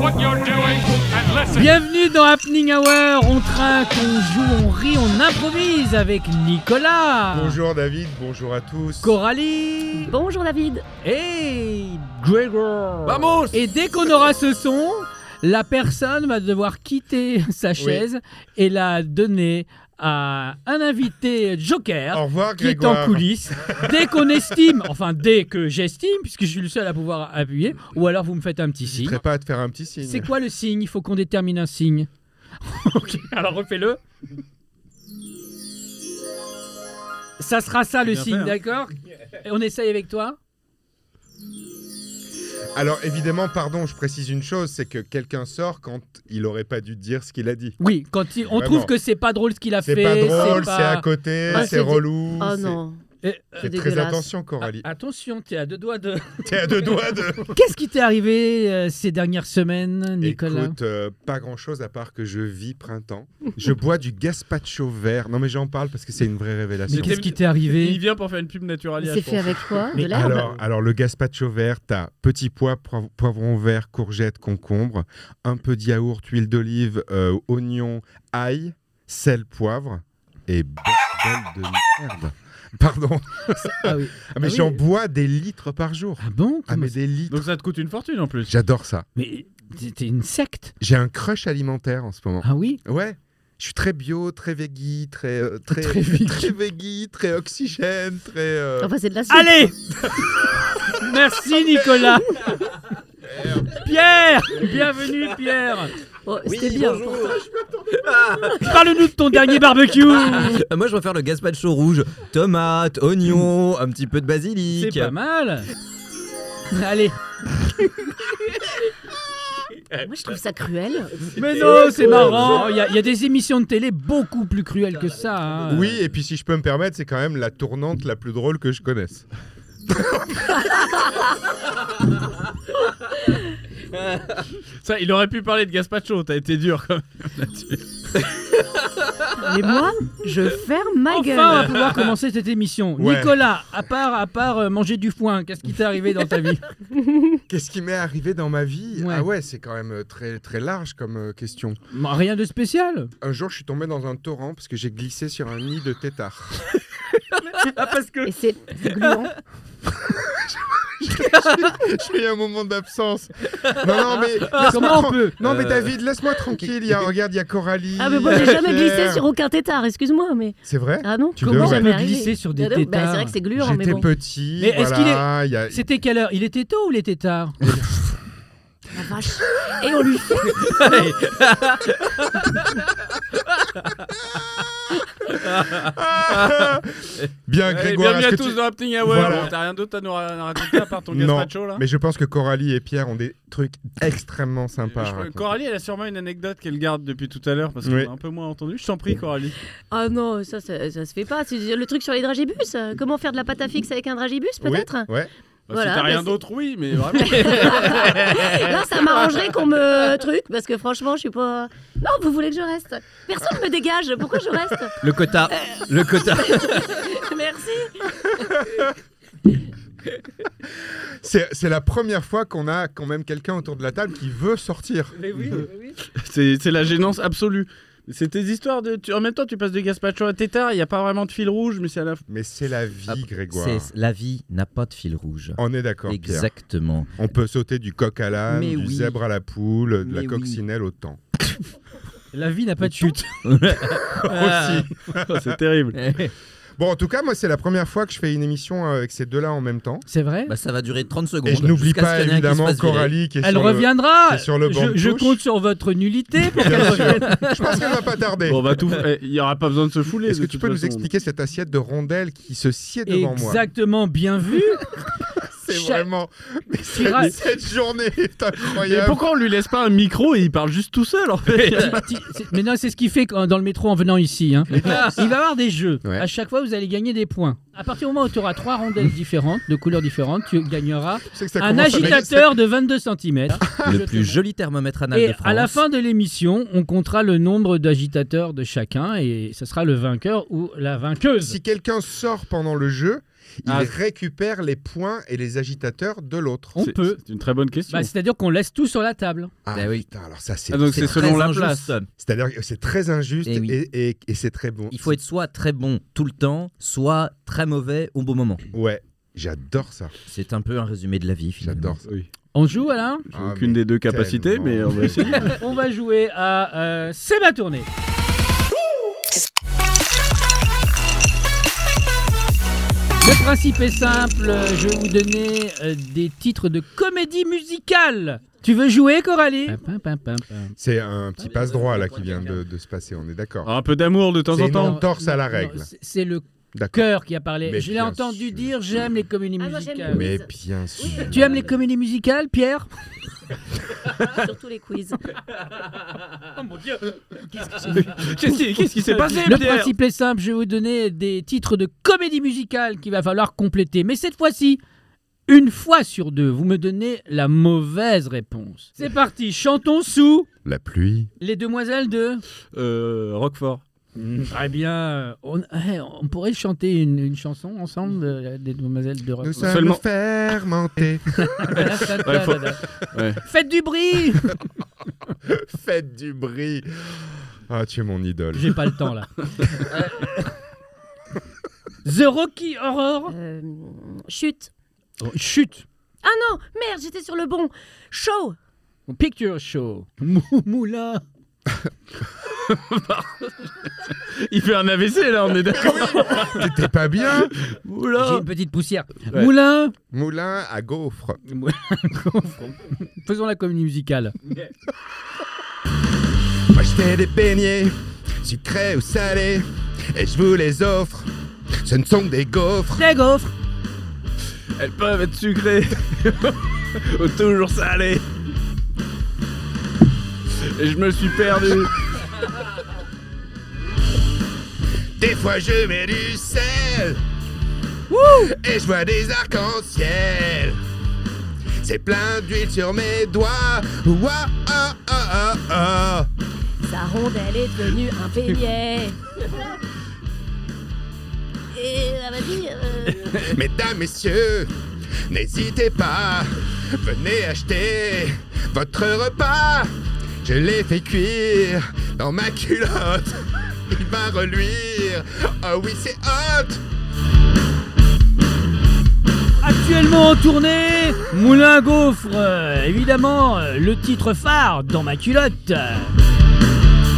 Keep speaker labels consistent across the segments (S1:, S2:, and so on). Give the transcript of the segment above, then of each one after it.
S1: what you're doing and listen.
S2: Bienvenue dans Happening Hour, on trinque, on joue, on rit, on improvise avec Nicolas,
S3: Bonjour David, bonjour à tous.
S2: Coralie
S4: Bonjour David.
S2: et Gregor.
S5: Vamos
S2: Et dès qu'on aura ce son, la personne va devoir quitter sa chaise et la donner à un invité joker.
S3: Au revoir
S2: qui est
S3: Grégoire.
S2: en coulisses. Dès qu'on estime, enfin dès que j'estime, puisque je suis le seul à pouvoir appuyer, ou alors vous me faites un petit
S3: Je
S2: signe.
S3: serais pas à te faire un petit
S2: C'est
S3: signe.
S2: quoi le signe Il faut qu'on détermine un signe. ok, alors refais-le. Ça sera ça le
S5: Bien
S2: signe,
S5: fait, hein.
S2: d'accord Et On essaye avec toi
S3: Alors évidemment, pardon, je précise une chose, c'est que quelqu'un sort quand il aurait pas dû dire ce qu'il a dit.
S2: Oui, quand il- on
S3: Vraiment.
S2: trouve que c'est pas drôle ce qu'il a
S3: C'est
S2: fait.
S3: pas drôle, c'est
S2: pas-
S3: à côté,
S4: Ah,
S3: c'est
S4: c'est-
S3: relou.
S4: Oh
S3: c'est-
S4: non.
S2: Eh,
S3: Fais très
S4: dégueulasse.
S3: attention Coralie.
S2: a- Attention, t'es à deux doigts de.
S3: T'es à deux doigts de.
S2: Qu'est-ce qui t'est arrivé euh, ces dernières semaines, Nicolas
S3: Écoute, euh, pas grand chose à part que je vis printemps. Je bois du gazpacho vert. Non mais j'en parle parce que c'est une vraie révélation.
S2: Mais qu'est-ce qui t'est arrivé
S5: Il vient pour faire une pub Naturalia.
S4: C'est
S5: je
S4: fait avec quoi De l'herbe
S3: Alors, alors le gazpacho vert, t'as petit pois, poiv- poivron vert, courgette, concombre, un peu de yaourt, huile d'olive, euh, oignon, ail, sel, poivre et bordel de merde. Pardon,
S2: Ah oui.
S3: Ah, mais
S2: Ah oui.
S3: j'en bois des litres par jour.
S2: Ah bon
S3: Ah mais des
S5: pense.
S3: litres.
S5: Donc ça te coûte une fortune en plus.
S3: J'adore ça.
S2: Mais t'es- t'es une secte
S3: J'ai un crush alimentaire en ce moment.
S2: Ah oui
S3: Ouais. Je suis très bio, très veggie, très euh, très
S2: Très
S3: très,
S2: veggie.
S3: veggie, très oxygène, très. euh,
S4: Enfin, c'est de la soupe.
S2: Allez Merci Nicolas Pierre Bienvenue Pierre
S4: Oh, C'était bien.
S2: Parle-nous de ton dernier barbecue
S6: Euh, Moi, je préfère le gazpacho rouge. Tomate, oignon, un petit peu de basilic.
S2: C'est pas mal Allez
S4: Eh, Moi, je trouve ça cruel.
S2: Mais non, c'est marrant Il y, a- il y a des émissions de télé beaucoup plus cruelles que ça hein.
S3: Oui, et puis si je peux me permettre, c'est quand même la tournante la plus drôle que je connaisse.
S5: Ça, il aurait pu parler de Gaspacho, t'as été dur quand même.
S4: Mais moi, je ferme ma
S2: Enfin, on va
S4: gueule.
S2: pouvoir commencer cette émission.
S3: Ouais.
S2: Nicolas, à part, à part euh, manger du foin, qu'est-ce qui t'est arrivé dans ta vie
S3: Qu'est-ce qui m'est arrivé dans ma vie
S2: Ouais.
S3: Ah ouais, c'est quand même euh, très très large comme euh, question.
S2: Bon, Rien de spécial.
S3: Un jour, je suis tombé dans un torrent parce que j'ai glissé sur un nid de tétard.
S5: Ah, parce que.
S4: Et c'est c'est gluant.
S3: j'ai eu un moment d'absence. Non, non, mais
S4: Ah,
S2: Comment on peut
S3: non,
S5: Euh.
S3: mais David, laisse-moi tranquille. Il y a, regarde, il y a Coralie.
S4: Ah, mais moi, j'ai
S3: il y a
S4: jamais glissé
S3: Pierre.
S4: sur aucun tétard, excuse-moi. mais
S3: C'est vrai.
S4: Ah non,
S3: Tu
S4: comment
S3: devrais.
S4: jamais
S2: On peut
S4: arrivé
S2: glisser sur des
S4: Ah non, bah,
S2: tétards.
S4: C'est vrai que c'est gluant, mais
S3: J'étais
S4: bon.
S3: petit.
S2: Mais est-ce
S3: voilà, il y a-
S2: C'était quelle heure Il était tôt ou il était tard
S4: La vache. Et on lui fait.
S3: Bien,
S5: Allez,
S3: Grégoire.
S5: Eh, bienvenue
S3: est-ce
S5: à
S3: que
S5: tous
S3: tu-
S5: dans Happening Hour.
S3: Voilà.
S5: Bon, T'as rien d'autre à nous ra- raconter à part ton
S3: Non,
S5: Gaspacho là
S3: Mais je pense que Coralie et Pierre ont des trucs extrêmement
S5: Je-
S3: sympas. à raconter.
S5: Coralie, elle a sûrement une anecdote qu'elle garde depuis tout à l'heure parce qu'on
S3: Oui.
S5: a un peu moins entendu. Je t'en prie, Coralie.
S4: Ah non, ça, ça, ça se fait pas. C'est le truc sur les dragibus. euh, Comment faire de la pâte à fixe avec un dragibus,
S3: Oui,
S4: peut-être
S3: ouais.
S5: Bah,
S4: Voilà,
S5: si t'as
S4: bah,
S5: rien
S4: c'est-
S5: d'autre, oui, mais vraiment.
S4: Là, ça m'arrangerait qu'on me truc, parce que franchement, je suis pas. Non, vous voulez que je reste Personne me dégage. Pourquoi je reste
S6: Le quota. le quota.
S4: Merci.
S3: C'est c'est la première fois qu'on a quand même quelqu'un autour de la table qui veut sortir.
S5: C'est c'est la gênance absolue. C'est tes histoires de. tu- en même temps, tu passes de Gaspacho à Tétard, il n'y a pas vraiment de fil rouge, mais c'est à la.
S3: Mais c'est la vie,
S6: Ah,
S3: Grégoire.
S6: C'est- La vie n'a pas de fil rouge.
S3: On est d'accord, Pierre.
S6: Exactement.
S3: On peut sauter du coq à l'âne,
S6: Mais
S3: du
S6: oui.
S3: zèbre à la poule, de
S6: Mais
S3: la
S6: oui.
S3: coccinelle au temps.
S2: La vie n'a pas de chute. Euh,
S6: Ah.
S5: c'est terrible.
S6: Bah,
S3: Bon, en tout cas, moi, c'est la première fois que je fais une émission euh, avec ces deux-là en même temps.
S2: C'est vrai
S6: Bah, ça va durer 30 secondes.
S3: Et je n'oublie
S6: jusqu'à ce
S3: pas,
S6: qu'il y en ait un qui se
S3: évidemment,
S6: fasse virer.
S3: Coralie qui est
S2: Elle
S3: sur
S2: reviendra.
S3: c'est sur le banc
S2: je,
S3: de
S2: je
S3: touche.
S2: compte sur votre nullité pour qu'elle
S3: Bien sûr.
S2: revienne.
S3: le... Je pense qu'elle va pas tarder.
S5: Bon, bah, tout. eh, Il n'y aura pas besoin de se fouler.
S3: Est-ce que
S5: de
S3: tu
S5: toute
S3: peux nous
S5: façon.
S3: expliquer cette assiette de rondelles qui se sied devant moi
S2: Exactement, bien vu.
S3: C'est
S2: Cha-
S3: vraiment... Mais c'est-
S2: Tira-
S3: Cette journée est
S5: Mais
S3: incroyable.
S5: pourquoi on lui laisse pas un micro et il parle juste tout seul en fait
S2: Ti- ti- c'est- Mais non, c'est ce qu'il fait quand- dans le métro en venant ici. hein. Il va y avoir des jeux.
S3: Ouais.
S2: À chaque fois, vous allez gagner des points. À partir du moment où tu auras trois rondelles différentes, de couleurs différentes, tu gagneras
S3: Je sais que ça
S2: un
S3: commence à m'agacer.
S2: agitateur de 22 cm.
S6: Le plus joli thermomètre anal
S2: Et
S6: de France.
S2: à la fin de l'émission, on comptera le nombre d'agitateurs de chacun et ce sera le vainqueur ou la vainqueuse.
S3: Si quelqu'un sort pendant le jeu, il
S5: Ah.
S3: récupère les points et les agitateurs de l'autre.
S2: On
S5: C'est-
S2: peut.
S5: C'est une très bonne question.
S2: Bah, C'est-à-dire qu'on laisse tout sur la table.
S3: Ah
S6: Bah oui.
S3: putain, alors ça c'est.
S5: Ah, donc c'est
S6: très
S5: selon la
S6: injuste.
S5: place.
S3: C'est-à-dire que c'est très injuste
S6: Eh
S3: et,
S6: oui.
S3: et- et c'est très bon.
S6: Il faut être soit très bon tout le temps, soit très mauvais au bon moment.
S3: Ouais, j'adore ça.
S6: C'est un peu un résumé de la vie finalement.
S3: J'adore ça.
S5: Oui.
S2: On joue, Alain
S5: J'ai
S3: Ah,
S5: aucune
S3: mais
S5: des deux capacités,
S3: tellement.
S5: mais on va essayer.
S2: On va jouer à euh, C'est ma tournée. Le principe est simple, je vais vous donner euh, des titres de comédie musicale. Tu veux jouer, Coralie Pam, pam, pam, pam.
S3: C'est un
S6: Ah,
S3: petit passe-droit là qui vient de, de se passer, on est d'accord.
S5: Alors, un peu d'amour de temps
S3: C'est
S5: en
S3: une
S5: temps.
S3: On torse à la
S2: Non, non,
S3: règle.
S2: c'est- C'est le
S3: D'accord.
S2: cœur qui a parlé.
S3: Mais
S2: je l'ai
S3: bien
S2: entendu
S3: sûr.
S2: dire j'aime les comédies
S4: Ah, moi, j'aime
S2: musicales.
S4: les-
S3: Mais bien sûr.
S2: Tu aimes les comédies musicales, Pierre
S4: Surtout les quiz.
S2: Oh mon dieu
S5: Qu'est-ce qui, qu'est-ce qui s'est passé,
S2: Euh, Le
S5: Pierre
S2: principe est simple, je vais vous donner des titres de comédie musicale qu'il va falloir compléter. Mais cette fois-ci, une fois sur deux, vous me donnez la mauvaise réponse. C'est parti, chantons sous
S3: La pluie.
S2: les demoiselles de...
S5: Euh, Roquefort. Mm.
S2: Très bien, on, eh, on pourrait chanter une, une chanson ensemble euh, des demoiselles de...
S3: Nous
S2: Rock.
S3: sommes
S5: Seulement-
S3: fermentés.
S5: Ouais, faut- Ouais.
S2: Faites du bruit
S3: Faites du bruit. Ah, tu es mon idole.
S2: J'ai pas le temps là. Euh, The Rocky Horror
S4: Euh, chute.
S5: Oh.
S2: Chute
S4: Ah non, merde, j'étais sur le bon. Show.
S2: Picture Show Mou- Moulin
S5: Il fait un AVC, là, on est d'accord.
S3: T'es pas bien
S2: J'ai
S3: Oh.
S5: Oula
S2: une petite poussière.
S5: Ouais.
S2: Moulin
S3: Moulin à gaufres.
S2: Faisons la comédie musicale.
S3: Moi j'étais des beignets, sucrés ou salés, et je vous les offre. Ce ne sont que des gaufres.
S2: Très gaufre
S5: Elles peuvent être sucrées. Ou toujours salées. Et je me suis perdu.
S3: Des fois je mets du sel. et je vois des arcs-en-ciel. C'est plein d'huile sur mes doigts. Ouah, ah, ah, ah, ah.
S4: Sa rondelle est devenue un beignet. Et ah, vas-y. euh,
S3: ah. Mesdames, messieurs, n'hésitez pas, venez acheter votre repas. Je l'ai fait cuire dans ma culotte. Il va reluire. Oh oui, c'est hot.
S2: Actuellement en tournée, Moulin à Gaufre, euh, évidemment, euh, le titre phare dans ma culotte. Euh,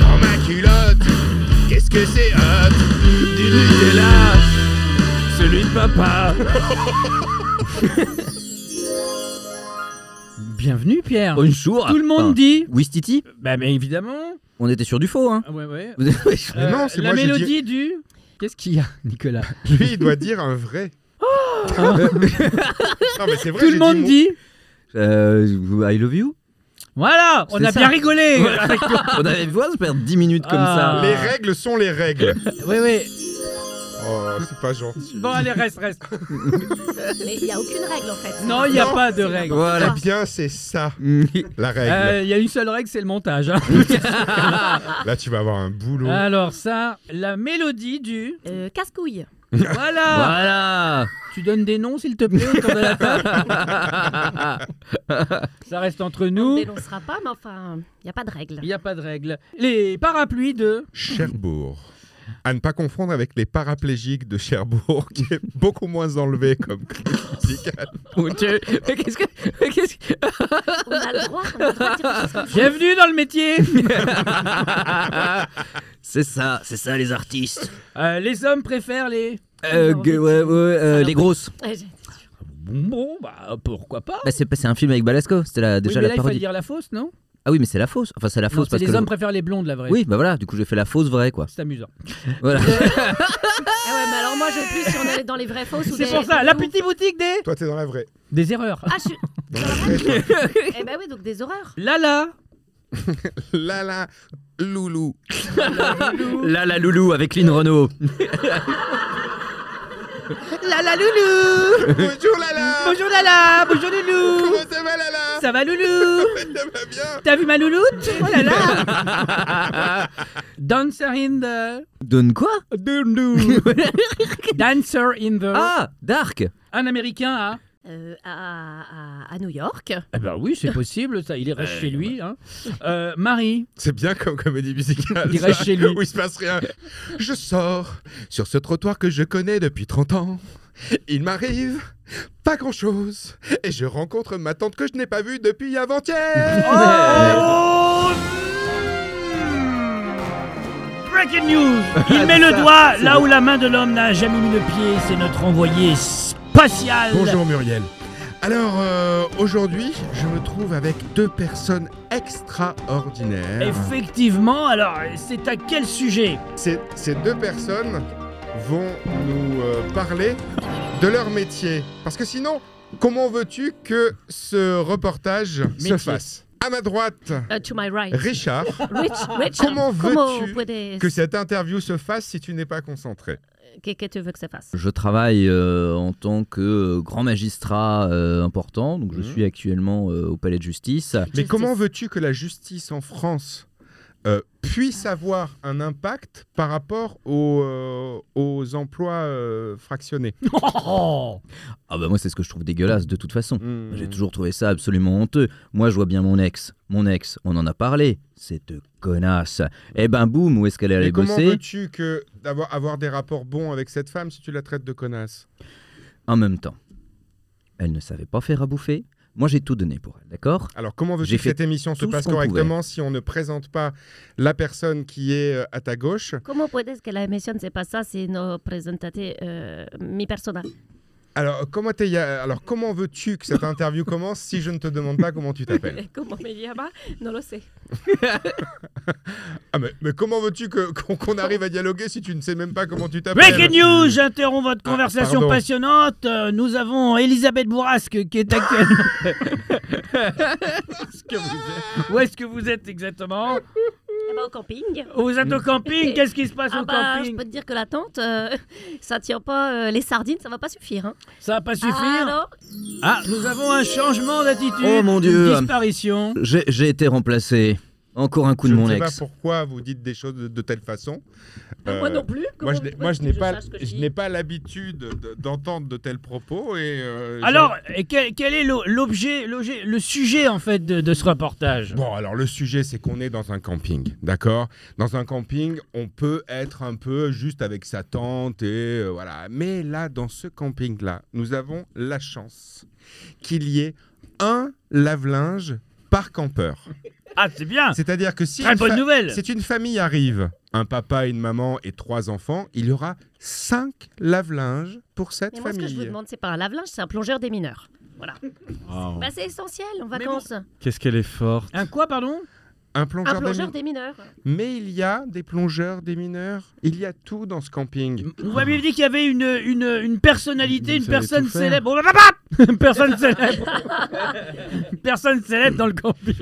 S3: Dans ma culotte. Qu'est-ce que c'est hot
S5: Du Nutella Celui de papa
S2: Bienvenue Pierre.
S6: Bonjour.
S2: Tout le
S3: Ah.
S2: monde dit.
S6: Wistiti
S2: Bah mais évidemment.
S6: On était sur du faux, hein
S2: Ah ouais ouais. Euh,
S6: Vous-
S3: Mais non, c'est
S2: la
S3: moi, j'ai dit-
S2: mélodie du. Qu'est-ce qu'il y a, Nicolas
S3: Lui, il doit dire un vrai. non, mais c'est vrai.
S2: Tout
S3: j'ai
S2: le monde
S3: mon-
S2: dit.
S6: Euh, I love you
S2: Voilà, on
S6: C'est
S2: a
S6: ça.
S2: bien rigolé.
S6: On avait besoin de perdre 10 minutes comme
S2: Ah.
S6: ça.
S3: Les règles sont les règles.
S2: Oui oui.
S3: Oh, c'est pas gentil.
S2: Bon allez reste reste.
S4: Mais il n'y a aucune règle en fait.
S2: Non, il n'y a
S3: Non.
S2: pas de règle.
S3: Eh
S6: Voilà.
S3: bien, c'est ça,
S6: Mm.
S3: la
S2: Euh, Il
S3: règle.
S2: y a une seule règle, c'est le montage. hein.
S3: Là, tu vas avoir un boulot.
S2: Alors ça, la mélodie du.
S4: Euh, Casse-couille.
S2: Voilà.
S6: Voilà.
S2: Tu donnes des noms, s'il te plaît, autour de la table Ça reste entre
S4: On ne
S2: nous.
S4: dénoncera pas, mais enfin, il n'y a pas de règle.
S2: Il n'y a pas de règle. Les parapluies de.
S3: Cherbourg. À ne pas confondre avec les paraplégiques de Cherbourg, qui est beaucoup moins enlevé comme groupe musical.
S6: Mon Dieu. Mais qu'est-ce que. mais qu'est-ce que-
S4: On a le droit, on a le droit de dire des choses comme ça.
S2: Bienvenue dans le métier
S6: C'est ça, c'est ça les artistes.
S2: Euh, Les hommes préfèrent les.
S6: Euh,
S4: Non,
S6: gue- ouais, ouais, euh, les grosses.
S4: Ouais, j'ai-
S2: Bon, bah pourquoi pas
S6: Bah, c'est c'est un film avec Balasco, c'était la- déjà
S2: Oui, mais là,
S6: la
S2: il fallait
S6: parodie.
S2: dire la fausse, non
S6: Ah oui, mais c'est la fausse. Enfin, c'est la
S2: Non,
S6: fausse
S2: c'est
S6: parce
S2: Les
S6: que.
S2: hommes préfèrent les blondes, la vraie.
S6: Oui, bah voilà, du coup j'ai fait la fausse vraie quoi.
S2: C'est amusant.
S6: Voilà.
S4: Ah ouais, mais alors moi, j'ai plus si on allait dans les vraies fausses ou
S2: C'est
S4: des-
S2: pour ça,
S4: des
S2: la
S4: faux.
S2: petite boutique des.
S3: Toi, t'es dans la vraie.
S2: Des erreurs.
S4: Ah, je suis.
S3: Dans la vraie, toi.
S4: Eh ben oui, donc des horreurs.
S2: Lala
S3: Lala, loulou.
S6: Là, la loulou avec Lynn Renault.
S2: Lala Loulou
S3: Bonjour Lala
S2: Bonjour Lala Bonjour Loulou
S3: Comment ça va Lala
S2: Ça Ça va, loulou
S3: va bien
S2: T'as vu ma louloute Oh là là Dancer in the...
S6: Donne quoi
S2: Dancer in the...
S6: Ah, Dark
S2: Un Américain, hein
S4: Euh, à, à- à New York.
S2: Eh ben oui, c'est possible, ça. Il reste chez lui. Hein. Euh, Marie,
S3: C'est bien comme comédie musicale.
S2: Il reste
S3: ça,
S2: chez lui.
S3: Où il se passe rien. Je sors sur ce trottoir que je connais depuis 30 ans. Il m'arrive pas grand chose. Et je rencontre ma tante que je n'ai pas vue depuis avant-hier.
S2: Oh, Eh. Breaking news Il met le doigt là où la main de l'homme n'a jamais mis le pied, c'est notre envoyé spatial
S3: Bonjour Muriel. Alors euh, aujourd'hui, je me trouve avec deux personnes extraordinaires.
S2: Effectivement, alors c'est à quel sujet
S3: Ces, ces deux personnes vont nous euh, parler de leur métier. Parce que sinon, comment veux-tu que ce reportage se
S2: Métier.
S3: fasse À ma droite,
S4: Euh, to my right.
S3: Richard,
S4: Rich, Rich,
S3: Comment veux-tu
S4: puedes-
S3: que cette interview se fasse si tu n'es pas concentré.
S4: Qu'est-ce que tu veux que ça fasse
S6: Je travaille euh, en tant que euh, grand magistrat euh, important, donc je
S3: Mhm.
S6: suis actuellement euh, au palais de justice.
S3: Mais
S4: Justice.
S3: comment veux-tu que la justice en France euh, puisse avoir un impact par rapport aux, euh, aux emplois euh, fractionnés
S2: Oh,
S6: Ah bah moi c'est ce que je trouve dégueulasse de toute façon.
S3: Hmm.
S6: J'ai toujours trouvé ça absolument honteux. Moi, je vois bien mon ex. Mon ex, on en a parlé. Cette connasse. Eh ben, boum, où est-ce qu'elle est allée
S3: Mais comment
S6: bosser
S3: veux-tu que d'avoir avoir des rapports bons avec cette femme si tu la traites de connasse
S6: En même temps, elle ne savait pas faire à bouffer. Moi, j'ai tout donné pour elle, d'accord
S3: Alors, comment veux-tu
S6: J'ai
S3: que
S6: fait
S3: cette émission se
S6: tout ce
S3: passe
S6: qu'on
S3: correctement si on ne présente pas la personne qui est euh, à ta gauche
S4: Comment puedes que la émission se pasa si no presentaste euh, mi persona
S3: Alors, euh, comment, t'es- y a- Alors, comment veux-tu que cette interview commence si je ne te demande pas comment tu t'appelles
S4: Comment me llama No lo sé.
S3: ah, mais, mais comment veux-tu que- qu'on qu'on arrive à dialoguer si tu ne sais même pas comment tu t'appelles
S2: Breaking news J'interromps votre
S3: Ah,
S2: conversation
S3: pardon.
S2: passionnante. Euh, Nous avons Elisabeth Bourrasque qui est actuellement... Où est-ce que vous êtes exactement
S4: Eh ben, au camping.
S2: Vous êtes au camping Qu'est-ce qui se passe
S4: Ah
S2: au
S4: bah, je
S2: camping
S4: peux te dire que la tente, euh, ça tient pas euh, les sardines, ça va pas suffire. Hein.
S2: Ça va pas suffire
S4: Ah,
S3: Euh,
S2: Ah, nous avons un changement d'attitude.
S6: Oh, mon Dieu.
S2: Une disparition.
S6: J'ai j'ai été remplacé. Encore un coup
S3: Je
S6: de
S3: ne
S6: mon
S3: sais
S6: ex.
S3: pas pourquoi vous dites des choses de, de telle façon.
S4: non. Ah, Moi
S3: Euh,
S4: non plus.
S3: Moi,
S4: Comment
S3: je n'ai-
S4: veux-tu
S3: moi, je n'ai
S4: que
S3: pas,
S4: sache ce que
S3: je n'ai pas l'habitude de- d'entendre de tels propos et. euh,
S2: Alors, et quel, quel est l'o- l'objet, l'objet- le sujet en fait de, de ce reportage
S3: Bon, alors le sujet, c'est qu'on est dans un camping, d'accord Dans un camping, on peut être un peu juste avec sa tente et euh, voilà. Mais là, dans ce camping-là, nous avons la chance qu'il y ait un lave-linge par campeur.
S2: Ah, c'est bien.
S3: C'est-à-dire que si
S2: Très
S3: une
S2: bonne
S3: fa-
S2: nouvelle.
S3: si une famille arrive, un papa, une maman et trois enfants, il y aura cinq lave-linges pour cette
S4: Mais moi, ce que je vous
S3: famille.
S4: demande, c'est pas un lave-linge, c'est un plongeur des mineurs. Voilà. Bah, c'est essentiel en vacances.
S5: Qu'est-ce qu'elle est forte.
S2: Un quoi, pardon
S3: Un
S4: Un
S3: plongeur, des
S4: plongeur
S3: mi-
S4: des mineurs.
S3: Mais il y a des plongeurs, des mineurs, il y a tout dans ce camping.
S2: Vous m'avez dit qu'il y avait une, une, une personnalité,
S5: Vous
S2: une
S5: savez
S2: personne
S5: tout faire.
S2: célèbre. Bon, bah, bah, bah une personne célèbre. Une personne célèbre dans le camping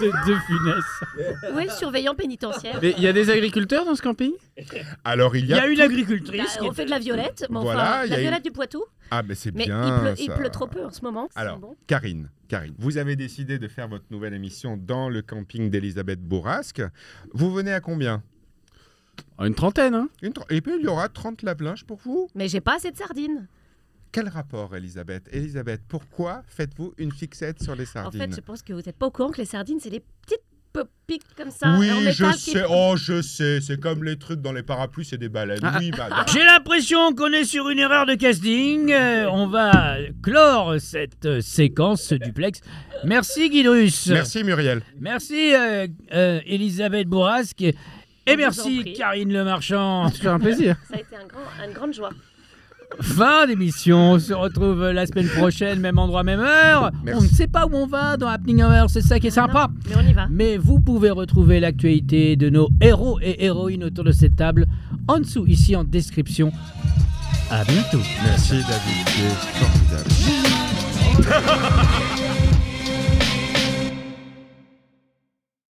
S2: de, de Funès.
S4: Oui, surveillant pénitentiaire.
S5: Mais il y a des agriculteurs dans ce camping
S3: Alors il
S2: Il
S3: y
S2: y
S3: a
S2: a une
S4: Bah,
S2: agricultrice. qui
S4: on
S2: est-
S4: fait de la violette, mais enfin,
S3: Voilà, il y
S4: la
S3: a
S4: violette du Poitou.
S3: Ah, mais c'est
S4: Mais
S3: bien.
S4: il, pleut, il
S3: ça.
S4: pleut trop peu en ce moment. c'est
S3: Alors,
S4: bon.
S3: Karine, Karine, vous avez décidé de faire votre nouvelle émission dans le camping d'Elisabeth Bourrasque. Vous venez à combien
S5: Une trentaine, hein
S3: Une tr- Et puis, il y aura 30 lave-linges pour vous.
S4: Mais j'ai pas assez de sardines.
S3: Quel rapport, Elisabeth Elisabeth, pourquoi faites-vous une fixette sur les sardines
S4: En fait, je pense que vous n'êtes pas au courant que les sardines, c'est des petites pop- piques comme ça. en
S3: Oui,
S4: métal
S3: je
S4: qui-
S3: sais. Oh, je sais. C'est comme les trucs dans les parapluies, c'est des baleines. Oui, madame.
S2: J'ai l'impression qu'on est sur une erreur de casting. Euh, on va clore cette euh, séquence, ce duplex. Merci Guidrus.
S3: Merci, Muriel.
S2: Merci euh, euh, Elisabeth Bourrasque. Et
S4: vous en
S2: merci
S4: prie.
S2: Karine Le Marchand.
S5: C'est un
S3: Oh.
S5: plaisir.
S4: Ça a été un grand, une grande joie.
S2: Fin d'émission. On se retrouve la semaine prochaine, même endroit, même heure.
S3: Merci.
S2: On ne sait pas où on va dans Happening Hour, c'est ça qui est sympa.
S4: Non, mais on y va.
S2: Mais vous pouvez retrouver l'actualité de nos héros et héroïnes autour de cette table en dessous, ici en description. À bientôt.
S3: Merci, David. C'est formidable.